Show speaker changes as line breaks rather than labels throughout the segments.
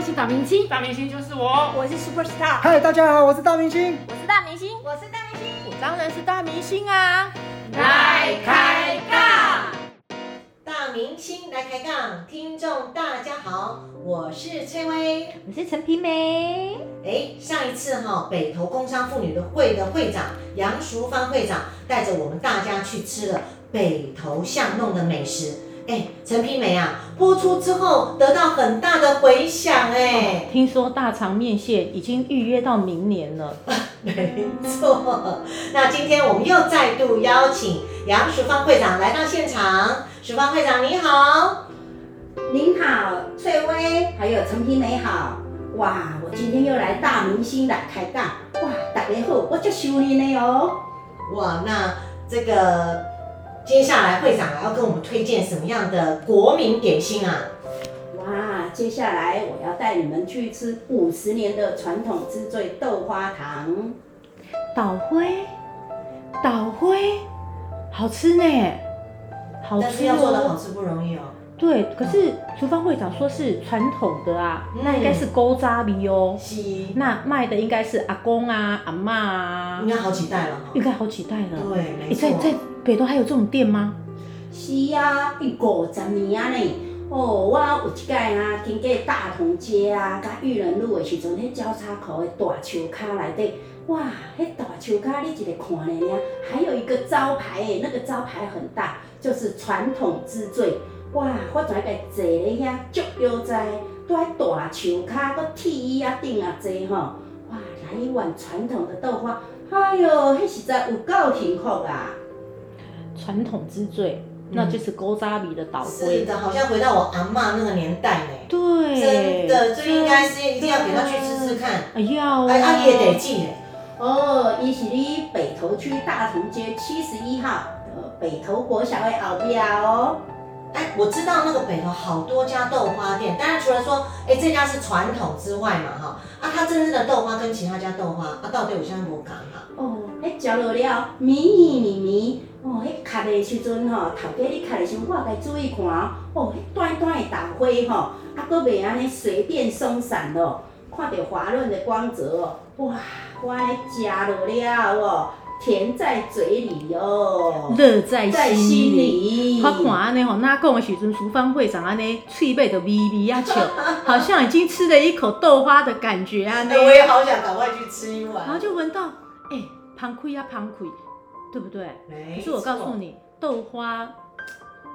是大明星，
大明星就是我，
我是 super star，
嗨，大家好，我是大明星。
我是大明星，我是大明星，我当然是大明星啊！
来开杠。
大明星来开杠，听众大家好，我是崔薇。
我是陈皮梅，
哎，上一次哈、北投工商妇女的会的会长杨淑芳会长带着我们大家去吃了北投巷弄的美食。哎，陈皮梅啊，播出之后得到很大的回响哎。
听说大肠面线已经预约到明年了，
没错，那今天我们又再度邀请杨淑芳会长来到现场。淑芳会长你好，
您好，翠微，还有陈皮梅好。哇，我今天又来大明星来开杠。哇，大家好，我叫修丽呢哦。
哇，那这个接下来会长还要跟我们推荐什么样的国民点心啊？
哇，接下来我要带你们去吃五十年的传统之最豆花糖。
倒灰，倒灰，好吃呢，好
但是
吃
要做的好
哦。
吃不容易哦。
对，可是厨房会长说是传统的啊，
嗯
那应该是勾扎米哦。
西，
那卖的应该是阿公啊、阿妈啊
嗯
应，该好几代了哈
应。该好期待了。
对，没
你嗯哎在
错。
在北东还有这种店吗？
是啊，一五十年啊呢。哦，我有一届啊，经过大同街啊，甲裕仁路的时阵，迄交叉口的大树卡内底，哇，迄大树卡你一个看咧尔，还有一个招牌诶，那个招牌很大，就是传统之最。哇，我全个坐咧遐，足悠哉，住喺大树卡，搁铁椅啊顶啊坐吼，哇，来一碗传统的豆花，哎哟，迄实在有够幸福啊！
传统之最，那就是勾扎米的倒
是
灰。
的，好像回到我阿嬷那个年代呢。
对，
嗯真的，这应该是
真的
一定要给他去吃吃。看。
哎要
哎，阿
啊，
姨也得记耶。
哦，伊是伫北投区大同街七十一号，呃，北投国小的后壁哦。
哎，我知道那个北头好多家豆花店，当然除了说，哎，这家是传统之外嘛，哈，啊，它真正的豆花跟其他家豆花，啊，到底有啥无讲啊？
哦，迄食落了，绵绵绵，哦，迄卡的时阵吼，头家你卡的时阵，我该注意看哦。哦，迄短短的大花吼，啊，佫袂安尼随便松散咯、看着滑润的光泽哦，哇，我安尼食落了哦，甜在嘴里哦，
乐在
在
心
心
里。
里。
我看安尼吼，那讲的时阵，淑芳会长安尼，喙巴就微微啊 笑，好像已经吃了一口豆花的感觉安尼
哎，。我也好想赶快去吃一碗。
然后就闻到，哎、旁亏啊旁亏，对不对？
没
可
错，
是我告诉你，豆花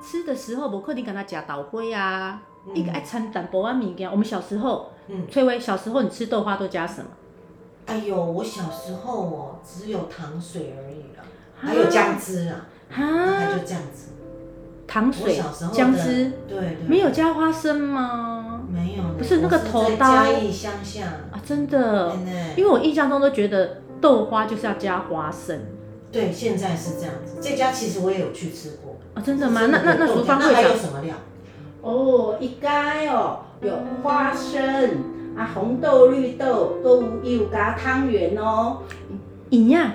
吃的时候，不可能跟他夹豆花啊，
嗯
应该爱掺淡薄啊物件。我们小时候，
嗯
翠微小时候你吃豆花都加什么？
哎呦，我小时候哦，只有糖水而已啦，还有酱汁啦，大概
啊
就，这样子。
糖
我
水
小时候、的嗯
姜汁，
对对，对
没有加花生吗？
没有呢，
不是那个头刀
我是在嘉义乡下，嗯
啊，真的，
真的
因为我印象中都觉得豆花就是要加花生
对，现在是这样子。这家其实我也有去吃过，
啊，真的吗？那那那
有豆
厨
浆
房会
那还
长
有什么料？
哦，一该哦，有花生啊，红豆、绿豆都有加汤圆哦。
一样。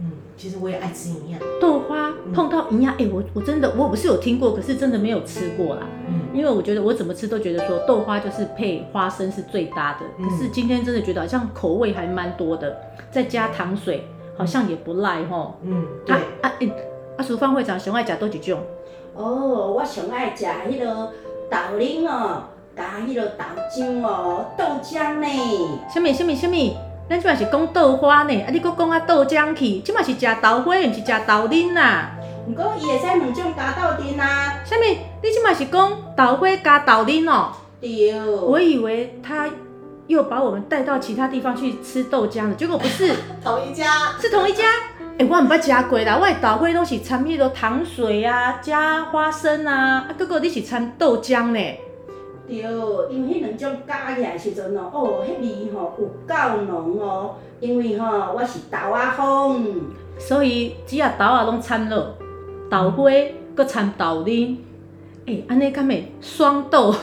嗯，其实我也爱吃营养。
豆花
嗯
碰到营养，哎、我我真的我不是有听过，可是真的没有吃过啦。
嗯，
因为我觉得我怎么吃都觉得说豆花就是配花生是最搭的，
嗯
可是今天真的觉得好像口味还蛮多的，再加糖水好像也不赖吼。
嗯，对
啊，啊诶，啊！厨房会长熊爱夹多几种，
哦，我上爱食迄个豆奶哦，加迄个豆浆哦，豆浆呢。
什么什么什么，咱即嘛是讲豆花呢，啊你搁讲啊豆浆去，即嘛是食豆花，毋是食豆奶啦。
毋过伊会使两种加到阵啊。
什么？你即嘛是讲豆花加豆奶哦？
对。
我以为他又把我们带到其他地方去吃豆浆了，结果不是。
同一家。
是同一家。哎、我毋捌食过啦，我的豆花拢是掺迄落糖水啊，加花生啊，啊，结果你是掺豆浆呢。
对，因为迄两种加起来时阵哦，哦，迄味吼有够浓哦，因为吼、我是豆仔风。
所以只要豆啊拢掺落，豆花搁掺豆奶，诶、安尼敢会双豆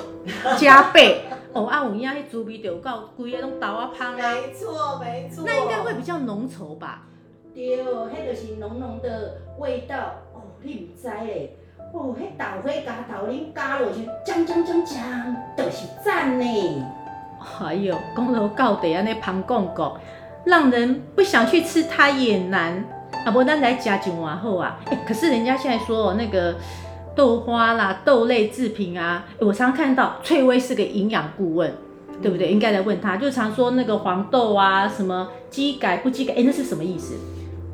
加倍？哦啊，有影迄滋味就有够，规个拢豆啊芳啊，
没错，没错。
那应该会比较浓稠吧？
对，迄就是浓浓的味道哦，你毋知咧。哦，迄豆花加豆奶加落去，酱酱酱酱，就是赞呢。
哎呦，讲落到底安尼芳讲讲，让人不想去吃它也难。啊，不，咱来加一碗好啊。哎，可是人家现在说哦那个豆花啦、豆类制品啊，我常看到翠微是个营养顾问，
嗯
对不对？应该来问他，就常说那个黄豆啊，什么鸡改不鸡改，哎，那是什么意思？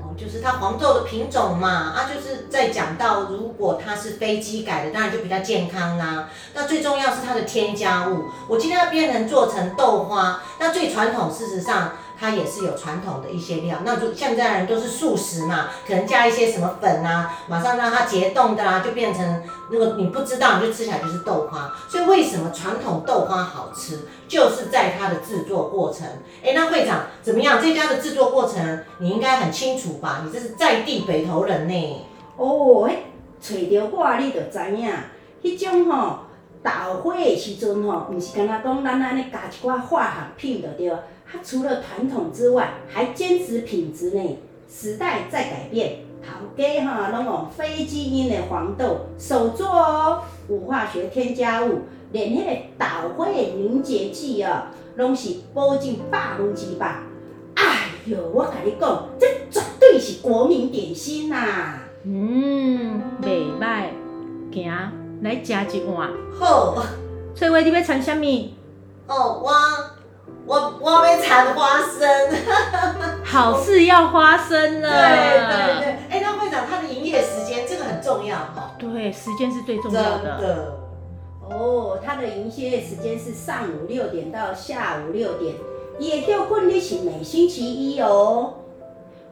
哦，就是它黄豆的品种嘛，啊，就是在讲到如果它是非机改的，当然就比较健康啦、那最重要是它的添加物，我今天要变成做成豆花，那最传统，事实上它也是有传统的一些料，那就现在人都是素食嘛，可能加一些什么粉啊，马上让它结冻的啦、啊就变成如果你不知道，你就吃起来就是豆花。所以为什么传统豆花好吃，就是在它的制作过程。哎，那会长怎么样？这家的制作过程你应该很清楚吧？你这是在地北投人呢。
哦，迄找着我你就知影，迄种吼豆花的时阵吼，毋是干那讲咱安尼加一寡化学品就对了。它除了传统之外，还坚持品质呢。时代在改变，头家哈拢用非基因的黄豆手做哦，无化学添加物，连迄个豆花的凝结剂哦，拢是保证百分之百。哎哟，我甲你讲，这绝对是国民点心呐、
嗯，袂歹，行，来食一碗。
好，
翠微，你要掺什么？
哦，我我我被缠花生。
好事要花生了。
对对对，哎，那会长他的营业时间这个很重要哈、
对，时间是最重
真
要的。
的。
哦，它的营业时间是上午六点到下午六点，也休困日是每星期一哦。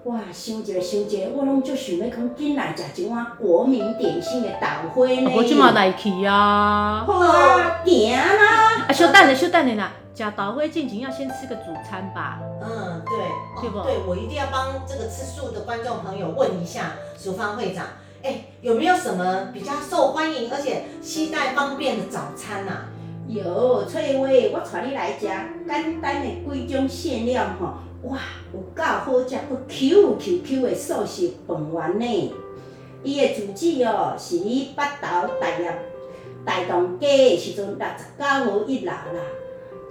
哇，想一个想一个，我拢就想要讲，紧来食一碗国民点心的豆花呢
啊。我即嘛来去啊！
好啊，行啦。
啊，小等下，小等下啦，食豆花进前要先吃个主餐吧。
嗯，对，哦
对不
对，我一定要帮这个吃素的观众朋友问一下，淑芳会长，哎，有没有什么比较受欢迎而且携带方便的早餐呐、啊？
有翠微，我带你来食简单的几种馅料吼，哇，有够好食，佮 Q Q Q 的素食饭丸呢。伊的主旨哦，是伫北投大业大同街的时阵六十九号一楼啦，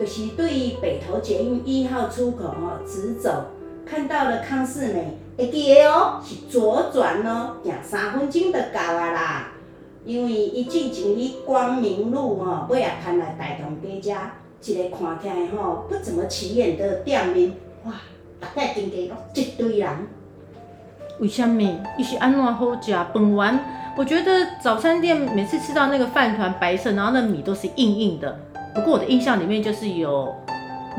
就是对北投捷运一号出口哦直走，看到了康世美，会记得哦，是左转哦，行三分钟就到啊啦。因为伊之前去光明路吼、尾啊摊来大同街遮一个看起来吼、不怎么起眼的店面，哇，大概经过到一堆人。
为什么？一是安怎好食？本丸，我觉得早餐店每次吃到那个饭团白色，然后那米都是硬硬的。不过我的印象里面就是有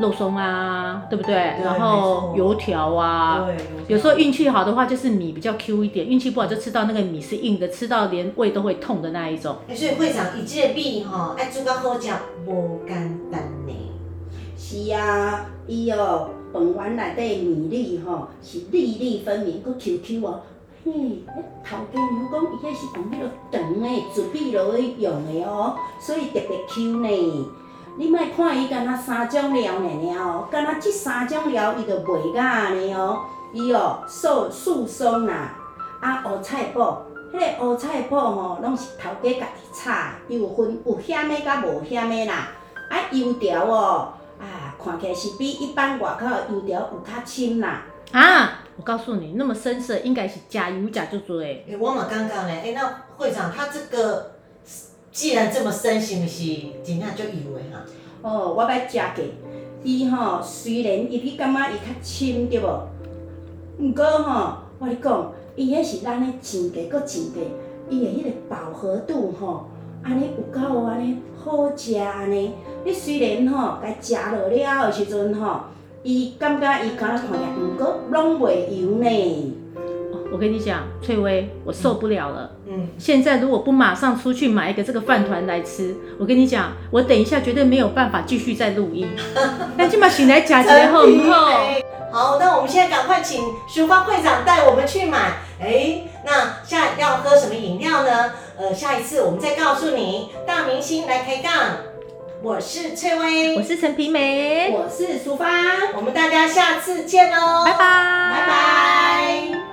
肉松啊，对不对？
对
然
没
后
错
油条啊，
对，
有时候运气好的话，就是米比较 Q 一点；运气不好，就吃到那个米是硬的，吃到连胃都会痛的那一种。
哎，所以会长，伊这个米吼、爱煮到好食，无简单呢。
是啊，伊哦饭丸内底的米粒吼、是粒粒分明，佮 Q Q 哦。嘿，迄头家娘讲伊迄是用迄落长的糯米落去用的哦，所以特别 Q 呢。你莫看伊敢若三种料尔尔哦，敢若即三种料伊就袂假安尼哦。伊哦素素松啦，啊乌菜脯，迄、个乌菜脯吼，拢是头家家己炒的，伊有分有咸的甲无咸的啦。啊油条哦，啊看起来是比一般外口的油条有较深啦。
啊！我告诉你，那么深色应该是加油加就做诶。
哎，我嘛刚刚呢，哎，那会长他这个既然这么深，是不是真正就油的哈？
哦，我捌食过，伊吼虽然伊去感觉伊较深对无，毋过吼，我咧讲，伊迄是咱咧钱价搁钱价，伊的迄个饱和度吼，安尼有够安尼好食安尼。你虽然吼，该食落了的时阵吼，伊感觉伊敢若看起来，毋过拢袂油呢。
哦我跟你讲，翠微，我受不了了。
嗯，
现在如果不马上出去买一个这个饭团来吃，我跟你讲，我等一下绝对没有办法继续再录音。那今晚醒来加节后以后，
好，那我们现在赶快请淑芳会长带我们去买。哎，那下要喝什么饮料呢？呃，下一次我们再告诉你。大明星来开杠，我是翠微，
我是陈皮梅，
我是淑芳，
我们大家下次见喽，哦
拜拜，拜
拜拜